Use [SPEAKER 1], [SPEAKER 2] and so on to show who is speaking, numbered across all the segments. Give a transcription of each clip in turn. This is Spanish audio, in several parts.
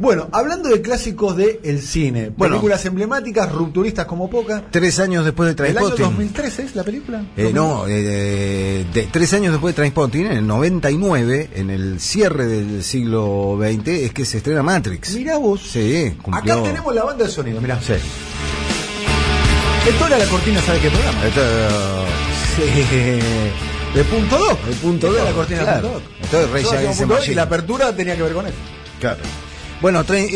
[SPEAKER 1] Bueno, hablando de clásicos del el cine,
[SPEAKER 2] Bueno.
[SPEAKER 1] películas emblemáticas, rupturistas como pocas.
[SPEAKER 2] Tres años después de
[SPEAKER 1] ¿El año
[SPEAKER 2] Trainspotting.
[SPEAKER 1] 2013 es la película?
[SPEAKER 2] Eh, no, eh, de, tres años después de Trainspotting, en el 99, en el cierre del siglo XX, es que se estrena Matrix.
[SPEAKER 1] Mirá vos.
[SPEAKER 2] Sí, cumplió.
[SPEAKER 1] Acá tenemos la banda de sonido, mirá.
[SPEAKER 2] Sí.
[SPEAKER 1] Esto era la cortina, ¿sabe qué programa?
[SPEAKER 2] Esto, sí.
[SPEAKER 1] De punto doc.
[SPEAKER 2] El
[SPEAKER 1] Esta
[SPEAKER 2] punto doc,
[SPEAKER 1] era la cortina
[SPEAKER 2] claro.
[SPEAKER 1] de punto doc.
[SPEAKER 2] Entonces, Rey
[SPEAKER 1] Nosotros
[SPEAKER 2] Jagged
[SPEAKER 1] hacíamos
[SPEAKER 2] and
[SPEAKER 1] punto doc
[SPEAKER 2] Machine.
[SPEAKER 1] y la apertura tenía que ver con eso.
[SPEAKER 2] Claro. Bueno, trae-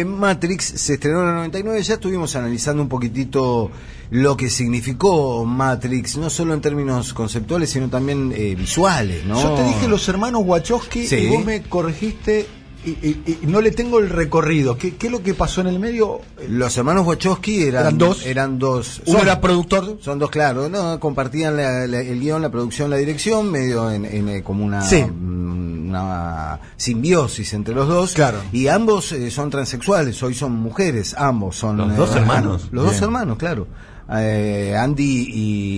[SPEAKER 2] eh, Matrix se estrenó en el 99, ya estuvimos analizando un poquitito lo que significó Matrix, no solo en términos conceptuales, sino también eh, visuales, ¿no?
[SPEAKER 1] Yo te dije los hermanos Wachowski
[SPEAKER 2] Sí.
[SPEAKER 1] y vos me corregiste y, y- y no le tengo el recorrido. ¿Qué, qué es lo que pasó en el medio?
[SPEAKER 2] Los hermanos Wachowski eran,
[SPEAKER 1] Eran dos.
[SPEAKER 2] Eran dos.
[SPEAKER 1] Uno
[SPEAKER 2] son-
[SPEAKER 1] era productor.
[SPEAKER 2] Son dos, claro, no compartían la- la- el guión, la producción, la dirección, medio en, en, eh, como una,
[SPEAKER 1] Sí.
[SPEAKER 2] mm, una simbiosis entre los dos.
[SPEAKER 1] Claro.
[SPEAKER 2] Y ambos eh, son transexuales, hoy son mujeres, ambos son.
[SPEAKER 3] ¿Los dos hermanos?
[SPEAKER 2] Los dos
[SPEAKER 3] Bien.
[SPEAKER 2] hermanos, claro. Eh, Andy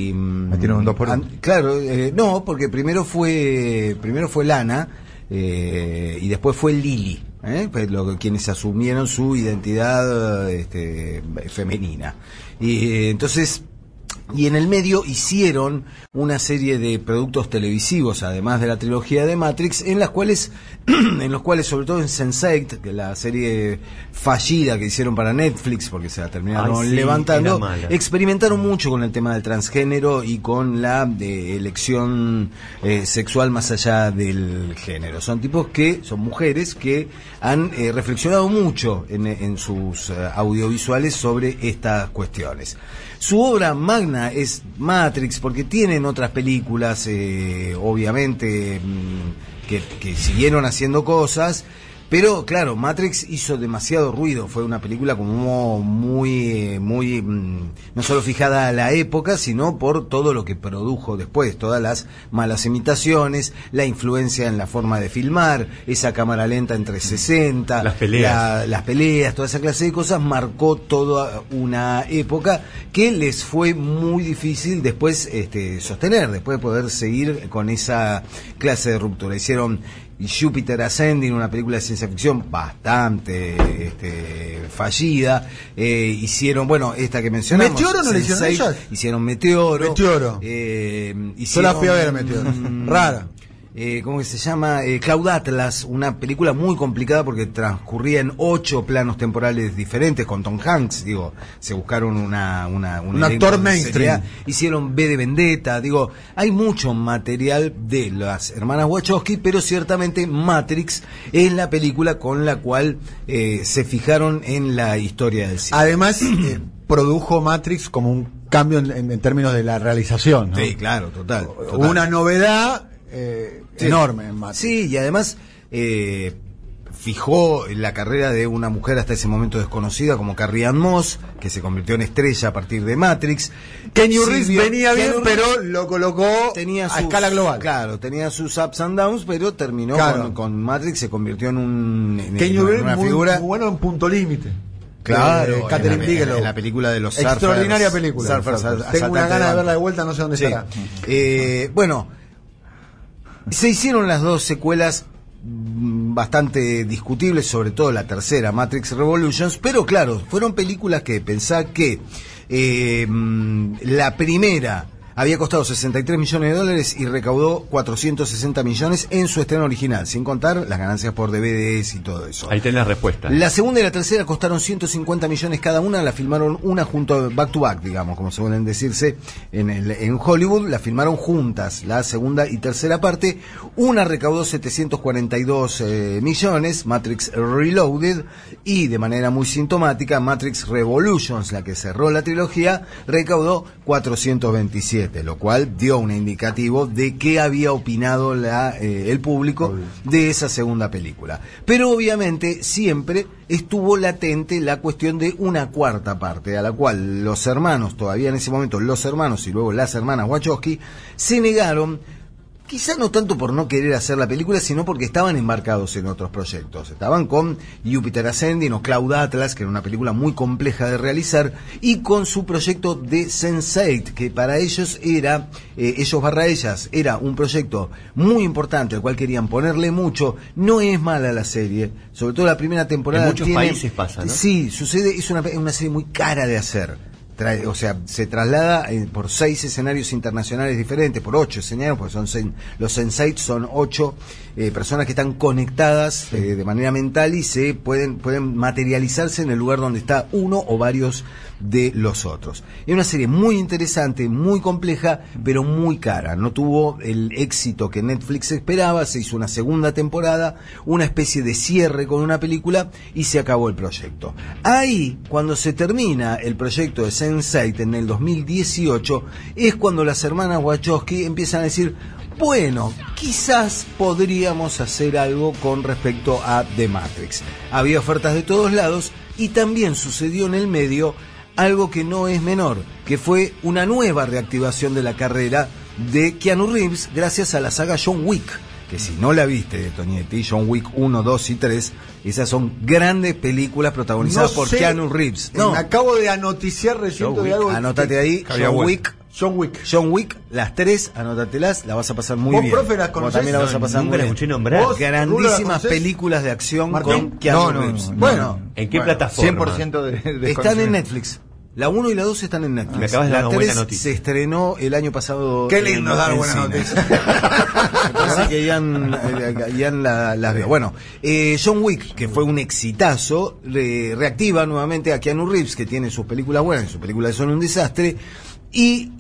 [SPEAKER 2] y. mm,
[SPEAKER 3] Metieron Ah, un dos por uno.
[SPEAKER 2] claro, eh, no, porque primero fue primero fue Lana eh, y después fue Lily, ¿eh? Pues lo- quienes asumieron su identidad este, femenina. Y eh, entonces y en el medio hicieron una serie de productos televisivos, además de la trilogía de Matrix, en las cuales, en los cuales, sobre todo en Sense8, que la serie fallida que hicieron para Netflix, porque se la terminaron
[SPEAKER 3] Ay, sí,
[SPEAKER 2] levantando,
[SPEAKER 3] era mala.
[SPEAKER 2] experimentaron mucho con el tema del transgénero y con la de, elección eh, sexual más allá del género. Son tipos que, son mujeres que han eh, reflexionado mucho en, en sus eh, audiovisuales sobre estas cuestiones. Su obra magna es Matrix, porque tienen otras películas, eh, obviamente, mm, que, que siguieron haciendo cosas. Pero claro, Matrix hizo demasiado ruido, fue una película como muy, eh, muy, mm, no solo fijada a la época, sino por todo lo que produjo después, todas las malas imitaciones, la influencia en la forma de filmar, esa cámara lenta entre 60,
[SPEAKER 3] Las peleas.
[SPEAKER 2] la- las peleas, toda esa clase de cosas, marcó toda una época que les fue muy difícil después este, sostener, después poder seguir con esa clase de ruptura. Hicieron Jupiter Ascending, una película de ciencia ficción bastante este, fallida. Eh, hicieron, bueno, esta que mencionamos.
[SPEAKER 1] ¿Meteoro no la hicieron
[SPEAKER 2] Sense8,
[SPEAKER 1] ellos?
[SPEAKER 2] Hicieron Meteoro.
[SPEAKER 1] Meteoro.
[SPEAKER 2] Eh,
[SPEAKER 1] Yo la fui a ver, Meteoro.
[SPEAKER 2] mm,
[SPEAKER 1] Rara.
[SPEAKER 2] eh, ¿cómo que se llama? Eh, Cloud Atlas, una película muy complicada porque transcurría en ocho planos temporales diferentes con Tom Hanks, digo, se buscaron una... una,
[SPEAKER 1] Un
[SPEAKER 2] elenco
[SPEAKER 1] actor
[SPEAKER 2] de
[SPEAKER 1] mainstream.
[SPEAKER 2] seriedad. Hicieron B de Vendetta, digo, hay mucho material de las hermanas Wachowski, pero ciertamente Matrix es la película con la cual eh, se fijaron en la historia del cine.
[SPEAKER 1] Además, eh, produjo Matrix como un cambio en, en- en términos de la realización. ¿no?
[SPEAKER 2] Sí, claro, total. total.
[SPEAKER 1] Hubo una novedad eh,
[SPEAKER 2] Sí.
[SPEAKER 1] enorme en Matrix.
[SPEAKER 2] Sí, y además eh, fijó la carrera de una mujer hasta ese momento desconocida como Carrie Ann Moss, que se convirtió en estrella a partir de Matrix.
[SPEAKER 1] Kenny
[SPEAKER 2] Sirvió-
[SPEAKER 1] Reeves venía bien,
[SPEAKER 2] Keanu Reeves
[SPEAKER 1] pero lo colocó
[SPEAKER 2] tenía
[SPEAKER 1] a
[SPEAKER 2] sus-
[SPEAKER 1] escala global.
[SPEAKER 2] Claro, tenía sus ups and downs, pero terminó
[SPEAKER 1] Claro.
[SPEAKER 2] con, con Matrix, se convirtió en, un, en-
[SPEAKER 1] Kenny
[SPEAKER 2] en
[SPEAKER 1] Reeves
[SPEAKER 2] una
[SPEAKER 1] muy,
[SPEAKER 2] figura.
[SPEAKER 1] muy bueno en Punto Límite.
[SPEAKER 2] Claro,
[SPEAKER 1] De
[SPEAKER 2] en
[SPEAKER 1] Catherine
[SPEAKER 2] la-
[SPEAKER 1] Bigelow.
[SPEAKER 2] en la película de los
[SPEAKER 1] Extraordinaria
[SPEAKER 2] Surfers.
[SPEAKER 1] película.
[SPEAKER 2] Surfers,
[SPEAKER 1] Tengo
[SPEAKER 2] asaltantes
[SPEAKER 1] una
[SPEAKER 2] de
[SPEAKER 1] gana de
[SPEAKER 2] banco.
[SPEAKER 1] verla de vuelta, no sé dónde
[SPEAKER 2] Sí.
[SPEAKER 1] estará.
[SPEAKER 2] Eh, bueno, se hicieron las dos secuelas mm, bastante discutibles, sobre todo la tercera, Matrix Revolutions, pero claro, fueron películas que pensá que eh, mm, la primera había costado 63 millones de dólares y recaudó 460 millones en su estreno original, sin contar las ganancias por DVDs y todo eso.
[SPEAKER 3] Ahí tenés la respuesta.
[SPEAKER 2] La segunda y la tercera costaron 150 millones cada una, la filmaron una junto a- back to back, digamos, como suelen decirse en, el- en Hollywood, la filmaron juntas, la segunda y tercera parte. Una recaudó 742 eh, millones, Matrix Reloaded, y de manera muy sintomática, Matrix Revolutions, la que cerró la trilogía, recaudó 427, lo cual dio un indicativo de qué había opinado la, eh, el público de esa segunda película. Pero obviamente siempre estuvo latente la cuestión de una cuarta parte, a la cual los hermanos, todavía en ese momento los hermanos y luego las hermanas Wachowski, se negaron Quizá no tanto por no querer hacer la película, sino porque estaban embarcados en otros proyectos. Estaban con Jupiter Ascending o Cloud Atlas, que era una película muy compleja de realizar, y con su proyecto de Sense8, que para ellos era, eh, ellos barra ellas, era un proyecto muy importante al cual querían ponerle mucho. No es mala la serie, sobre todo la primera temporada.
[SPEAKER 3] En muchos
[SPEAKER 2] tiene-
[SPEAKER 3] países pasa, ¿no?
[SPEAKER 2] Sí, sucede, es una, es una serie muy cara de hacer. Trae- o sea, se traslada eh, por seis escenarios internacionales diferentes, por ocho escenarios, porque son seis- los Sense8 son ocho eh, personas que están conectadas eh, de manera mental y se pueden, pueden materializarse en el lugar donde está uno o varios de los otros. Es una serie muy interesante, muy compleja, pero muy cara. No tuvo el éxito que Netflix esperaba, se hizo una segunda temporada, una especie de cierre con una película y se acabó el proyecto. Ahí, cuando se termina el proyecto de Sense8 en el 2018, es cuando las hermanas Wachowski empiezan a decir, bueno, quizás podríamos hacer algo con respecto a The Matrix. Había ofertas de todos lados y también sucedió en el medio algo que no es menor, que fue una nueva reactivación de la carrera de Keanu Reeves gracias a la saga John Wick que si no la viste de Toñetti, John Wick 1, 2 y 3, esas son grandes películas protagonizadas por
[SPEAKER 1] sé,
[SPEAKER 2] Keanu Reeves.
[SPEAKER 1] eh, Acabo de anoticiar recién
[SPEAKER 3] John
[SPEAKER 1] de
[SPEAKER 3] Wick.
[SPEAKER 1] algo.
[SPEAKER 2] Anótate ahí,
[SPEAKER 3] que había
[SPEAKER 2] John
[SPEAKER 3] vuelto.
[SPEAKER 2] Wick.
[SPEAKER 1] John Wick.
[SPEAKER 2] John Wick, las tres, anótatelas, la vas a pasar muy
[SPEAKER 1] ¿Vos,
[SPEAKER 2] bien.
[SPEAKER 1] profe, las
[SPEAKER 2] Vos
[SPEAKER 1] conocés?
[SPEAKER 2] también la vas a
[SPEAKER 3] No,
[SPEAKER 2] pasar
[SPEAKER 3] nunca
[SPEAKER 2] muy
[SPEAKER 3] la
[SPEAKER 2] bien.
[SPEAKER 3] escuché nombrar.
[SPEAKER 1] ¿Vos, Rulo, la
[SPEAKER 2] Grandísimas
[SPEAKER 1] conocés?
[SPEAKER 2] películas de acción
[SPEAKER 1] Martín.
[SPEAKER 2] con Keanu
[SPEAKER 1] No, no,
[SPEAKER 2] Reeves.
[SPEAKER 1] no, no.
[SPEAKER 2] Bueno,
[SPEAKER 3] ¿En qué plataforma?
[SPEAKER 4] 100% de, de
[SPEAKER 2] están en
[SPEAKER 4] conocimiento.
[SPEAKER 2] Netflix. La 1 y la 2 están en Netflix.
[SPEAKER 3] Me acabas de dar
[SPEAKER 2] la
[SPEAKER 3] una buena
[SPEAKER 2] 3
[SPEAKER 3] noticia.
[SPEAKER 2] se estrenó el año pasado.
[SPEAKER 1] Qué lindo
[SPEAKER 2] en-
[SPEAKER 1] dar
[SPEAKER 2] en
[SPEAKER 1] buenas
[SPEAKER 2] cine.
[SPEAKER 1] noticias.
[SPEAKER 2] Me parece que Ian, eh, Ian la- las vio. Bueno, eh, John Wick, que fue un exitazo, re- reactiva nuevamente a Keanu Reeves, que tiene sus películas buenas, sus películas son un desastre, y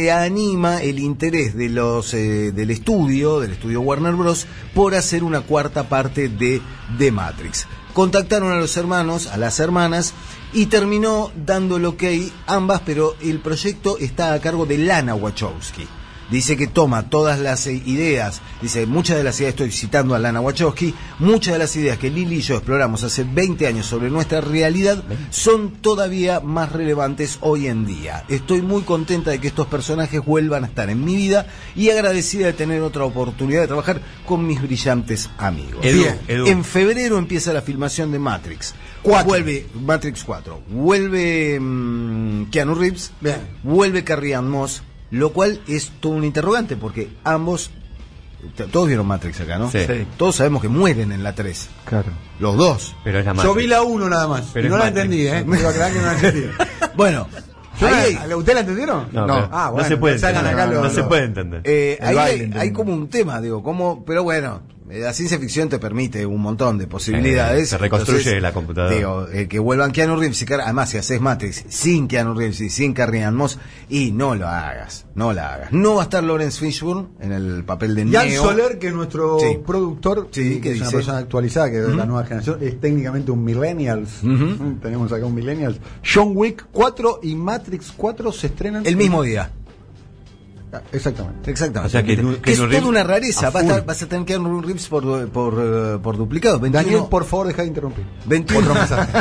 [SPEAKER 2] reanima el interés de los eh, del estudio, del estudio Warner Bros., por hacer una cuarta parte de The Matrix. Contactaron a los hermanos, a las hermanas, y terminó dando el ok ambas, pero el proyecto está a cargo de Lana Wachowski. Dice que toma todas las eh, ideas, dice muchas de las ideas, estoy citando a Lana Wachowski, muchas de las ideas que Lili y yo exploramos hace 20 años sobre nuestra realidad son todavía más relevantes hoy en día. Estoy muy contenta de que estos personajes vuelvan a estar en mi vida y agradecida de tener otra oportunidad de trabajar con mis brillantes amigos.
[SPEAKER 3] Edu,
[SPEAKER 2] Bien.
[SPEAKER 3] Edu.
[SPEAKER 2] En febrero empieza la filmación de Matrix. Vuelve Matrix 4. Vuelve mm, Keanu Reeves.
[SPEAKER 1] Bien.
[SPEAKER 2] Vuelve Carrie Ann Moss. Lo cual es todo un interrogante porque ambos. t- Todos vieron Matrix acá, ¿no?
[SPEAKER 3] Sí. Sí.
[SPEAKER 2] Todos sabemos que mueren en la 3.
[SPEAKER 4] Claro.
[SPEAKER 2] Los dos.
[SPEAKER 3] Pero es la
[SPEAKER 1] Yo
[SPEAKER 3] Matrix.
[SPEAKER 1] vi la 1 nada más.
[SPEAKER 3] Pero
[SPEAKER 1] y no
[SPEAKER 3] es
[SPEAKER 1] la
[SPEAKER 3] Matrix.
[SPEAKER 1] entendí, ¿eh? Me lo aclarás que no la entendí.
[SPEAKER 2] Bueno.
[SPEAKER 1] Yo
[SPEAKER 2] ahí hay-
[SPEAKER 1] la- ¿Ustedes la entendieron?
[SPEAKER 3] No, pero
[SPEAKER 1] Ah, bueno.
[SPEAKER 3] no se puede
[SPEAKER 1] salgan
[SPEAKER 3] entender.
[SPEAKER 1] acá
[SPEAKER 3] no,
[SPEAKER 1] los-
[SPEAKER 3] se
[SPEAKER 1] los-
[SPEAKER 3] puede entender.
[SPEAKER 2] Eh,
[SPEAKER 4] El
[SPEAKER 2] ahí
[SPEAKER 4] baile,
[SPEAKER 2] hay,
[SPEAKER 4] entiendo.
[SPEAKER 2] hay como un tema, digo, como, pero bueno, eh, la ciencia ficción te permite un montón de posibilidades.
[SPEAKER 3] Eh, se reconstruye la computadora.
[SPEAKER 2] Digo, eh, que vuelvan Keanu Reeves, y Car- además si haces Matrix sin Keanu Reeves y sin Carrie Ann Moss, y no lo hagas, no la hagas. No va a estar Lawrence Fishburne en el papel de
[SPEAKER 1] Jan
[SPEAKER 2] Neo.
[SPEAKER 1] Soler, que es nuestro
[SPEAKER 2] Sí.
[SPEAKER 1] productor,
[SPEAKER 2] Sí,
[SPEAKER 1] que
[SPEAKER 2] que
[SPEAKER 1] es una
[SPEAKER 2] dice.
[SPEAKER 1] persona actualizada, que es de la nueva generación, es técnicamente un millennials. Mm, Tenemos acá un millennials. John Wick 4 y Matrix 4 se estrenan
[SPEAKER 2] El mismo día.
[SPEAKER 1] Ah, Exactamente.
[SPEAKER 2] Exactamente.
[SPEAKER 3] O sea, que nu- que
[SPEAKER 2] es
[SPEAKER 3] Keanu
[SPEAKER 2] toda
[SPEAKER 3] Reeves
[SPEAKER 2] una rareza.
[SPEAKER 3] a
[SPEAKER 2] Vas a,
[SPEAKER 3] full.
[SPEAKER 2] vas a tener Keanu Reeves por, du- por, eh, por duplicado. 21,
[SPEAKER 1] Daniel, por favor, deja de interrumpir.
[SPEAKER 2] 21.
[SPEAKER 1] Otro mensaje.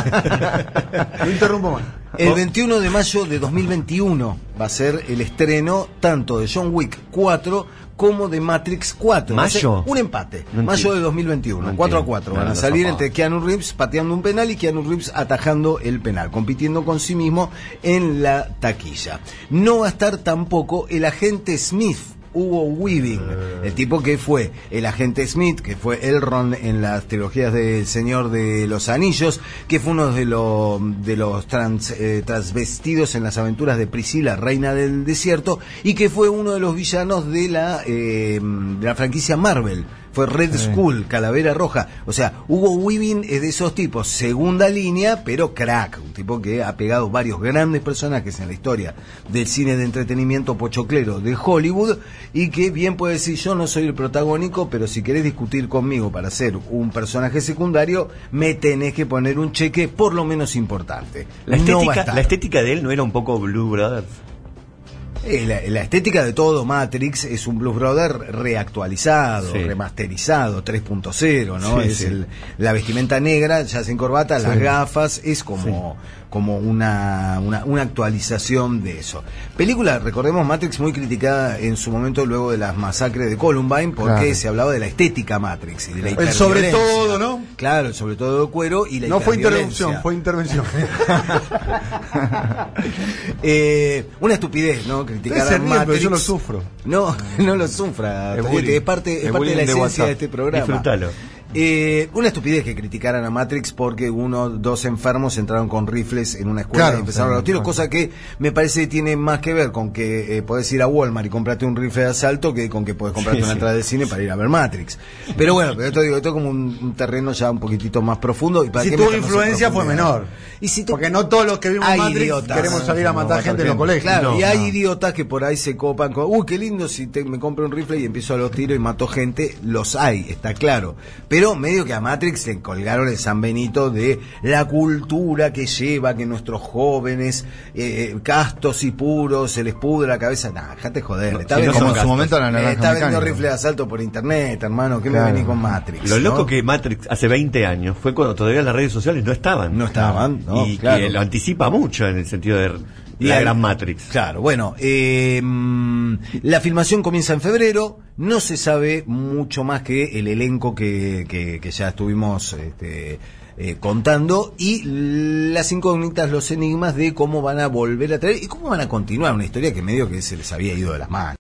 [SPEAKER 1] no interrumpo más.
[SPEAKER 2] El 21 de mayo de 2021 va a ser el estreno tanto de John Wick 4 como de Matrix 4. Va a ser
[SPEAKER 3] ¿Mayo?
[SPEAKER 2] Un empate.
[SPEAKER 3] No
[SPEAKER 2] mayo
[SPEAKER 3] entiendo.
[SPEAKER 2] de 2021.
[SPEAKER 3] No
[SPEAKER 2] 4 a
[SPEAKER 3] entiendo.
[SPEAKER 2] 4.
[SPEAKER 3] No,
[SPEAKER 2] Van a
[SPEAKER 3] no,
[SPEAKER 2] salir
[SPEAKER 3] zafado.
[SPEAKER 2] entre Keanu Reeves pateando un penal y Keanu Reeves atajando el penal, compitiendo con sí mismo en la taquilla. No va a estar tampoco el agente Smith. Hugo Weaving,
[SPEAKER 3] Eh.
[SPEAKER 2] el tipo que fue el agente Smith, que fue Elrond en las trilogías del Señor de los Anillos, que fue uno de, lo- de los trans, eh, transvestidos en las aventuras de Priscila, Reina del Desierto, y que fue uno de los villanos de la, eh, de la franquicia Marvel. Fue Red Skull, Calavera Roja. O sea, Hugo Weaving es de esos tipos, segunda línea, pero crack. Un tipo que ha pegado varios grandes personajes en la historia del cine de entretenimiento pochoclero de Hollywood y que bien puede decir, yo no soy el protagónico, pero si querés discutir conmigo para ser un personaje secundario, me tenés que poner un cheque por lo menos importante.
[SPEAKER 3] la,
[SPEAKER 2] No va a
[SPEAKER 3] estética,
[SPEAKER 2] estar.
[SPEAKER 3] la estética de él no era un poco Blue Brothers.
[SPEAKER 2] eh, la, la estética de todo Matrix es un Blues Brother reactualizado,
[SPEAKER 3] Sí.
[SPEAKER 2] remasterizado, 3.0, ¿no?
[SPEAKER 3] Sí,
[SPEAKER 2] es
[SPEAKER 3] sí.
[SPEAKER 2] el- la vestimenta negra, ya sin corbata, las
[SPEAKER 1] Sí.
[SPEAKER 2] gafas, es como, como una, una, una actualización de eso. Película, recordemos, Matrix muy criticada en su momento luego de las masacres de Columbine, porque
[SPEAKER 1] Claro.
[SPEAKER 2] se hablaba de la estética Matrix y de la
[SPEAKER 1] El sobre
[SPEAKER 2] hiperviolencia.
[SPEAKER 1] todo, ¿no?
[SPEAKER 2] Claro, el sobre todo de cuero y la
[SPEAKER 1] No fue
[SPEAKER 2] hiperviolencia.
[SPEAKER 1] interrupción, fue intervención.
[SPEAKER 2] Eh, una estupidez, ¿no? Criticar
[SPEAKER 1] Ustedes se
[SPEAKER 2] a
[SPEAKER 1] ríen, pero
[SPEAKER 2] Matrix.
[SPEAKER 1] yo lo sufro.
[SPEAKER 2] No, no lo sufra.
[SPEAKER 3] Es
[SPEAKER 2] Toyete,
[SPEAKER 3] bullying.
[SPEAKER 2] Es parte, es parte de
[SPEAKER 3] Es
[SPEAKER 2] la
[SPEAKER 3] bullying de
[SPEAKER 2] esencia de,
[SPEAKER 3] WhatsApp.
[SPEAKER 2] este programa.
[SPEAKER 3] Disfrútalo.
[SPEAKER 2] Eh, una estupidez que criticaran a Matrix porque uno, dos enfermos entraron con rifles en una escuela
[SPEAKER 1] Claro,
[SPEAKER 2] y empezaron
[SPEAKER 1] claro,
[SPEAKER 2] a los tiros,
[SPEAKER 1] claro.
[SPEAKER 2] cosa que me parece que tiene más que ver con que eh, podés ir a Walmart y comprarte un rifle de asalto que con que podés comprarte
[SPEAKER 3] Sí,
[SPEAKER 2] una
[SPEAKER 3] sí.
[SPEAKER 2] entrada del cine para ir a ver Matrix. Pero bueno, pero esto digo, esto es como un, un terreno ya un poquitito más profundo. Y para
[SPEAKER 1] Si
[SPEAKER 2] qué
[SPEAKER 1] tuvo
[SPEAKER 2] meternos en
[SPEAKER 1] influencia fue
[SPEAKER 2] profundidad.
[SPEAKER 1] menor.
[SPEAKER 2] Y si tu-
[SPEAKER 1] Porque no todos los que vimos
[SPEAKER 2] Hay
[SPEAKER 1] Matrix
[SPEAKER 2] idiotas.
[SPEAKER 1] queremos salir a
[SPEAKER 3] No,
[SPEAKER 1] matar
[SPEAKER 3] no,
[SPEAKER 1] gente en los
[SPEAKER 3] no,
[SPEAKER 1] colegios.
[SPEAKER 2] Claro,
[SPEAKER 1] No,
[SPEAKER 2] y hay
[SPEAKER 1] no.
[SPEAKER 2] idiotas que por ahí se copan con, uy, qué lindo si te- me compro un rifle y empiezo a los tiros y mato gente, los hay, está claro. Pero medio que a Matrix le colgaron el San Benito de la cultura que lleva, que nuestros jóvenes, eh, castos y puros, se les pudre la cabeza. Nah, dejate joder.
[SPEAKER 3] No,
[SPEAKER 2] está
[SPEAKER 3] si no
[SPEAKER 2] vendiendo- Eh,
[SPEAKER 3] son Como en su
[SPEAKER 4] momento la naranja
[SPEAKER 2] Está vendiendo
[SPEAKER 4] mecánica.
[SPEAKER 2] rifle de asalto por internet, hermano, que me
[SPEAKER 1] Claro.
[SPEAKER 2] venís con Matrix.
[SPEAKER 3] Lo
[SPEAKER 2] ¿no?
[SPEAKER 3] loco que Matrix hace 20 años fue cuando todavía las redes sociales no estaban.
[SPEAKER 2] No estaban, no,
[SPEAKER 3] y
[SPEAKER 2] claro.
[SPEAKER 3] que lo anticipa mucho en el sentido de
[SPEAKER 2] Y
[SPEAKER 3] la
[SPEAKER 2] hay-
[SPEAKER 3] gran Matrix.
[SPEAKER 2] Claro, bueno, eh, mm, la filmación comienza en febrero, no se sabe mucho más que el elenco que, que- que ya estuvimos este, eh, contando y las incógnitas, los enigmas de cómo van a volver a traer y cómo van a continuar una historia que medio que se les había ido de las manos.